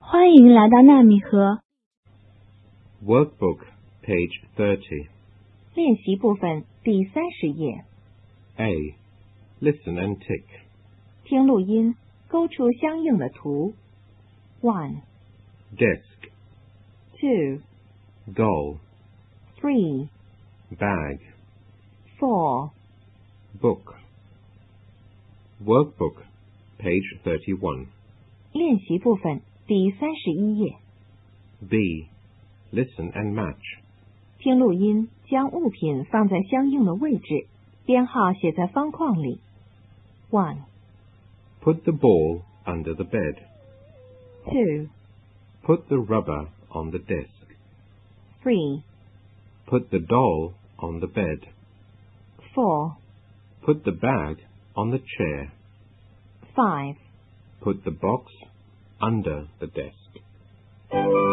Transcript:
欢迎来到纳米盒 Workbook, page 30. 练习部分第三十页， A. Listen and tick. 听录音，勾出相应的图。One, Desk, two, doll, three, bag, four. book. Workbook, page 31. 练习部分第三十一页， B. Listen and match. 听录音，将物品放在相应的位置，编号写在方框里。One, Put the ball under the bed. two, Put the rubber on the desk. three, Put the doll on the bed. four, Put the bag on the chair. five. Put the box under the desk.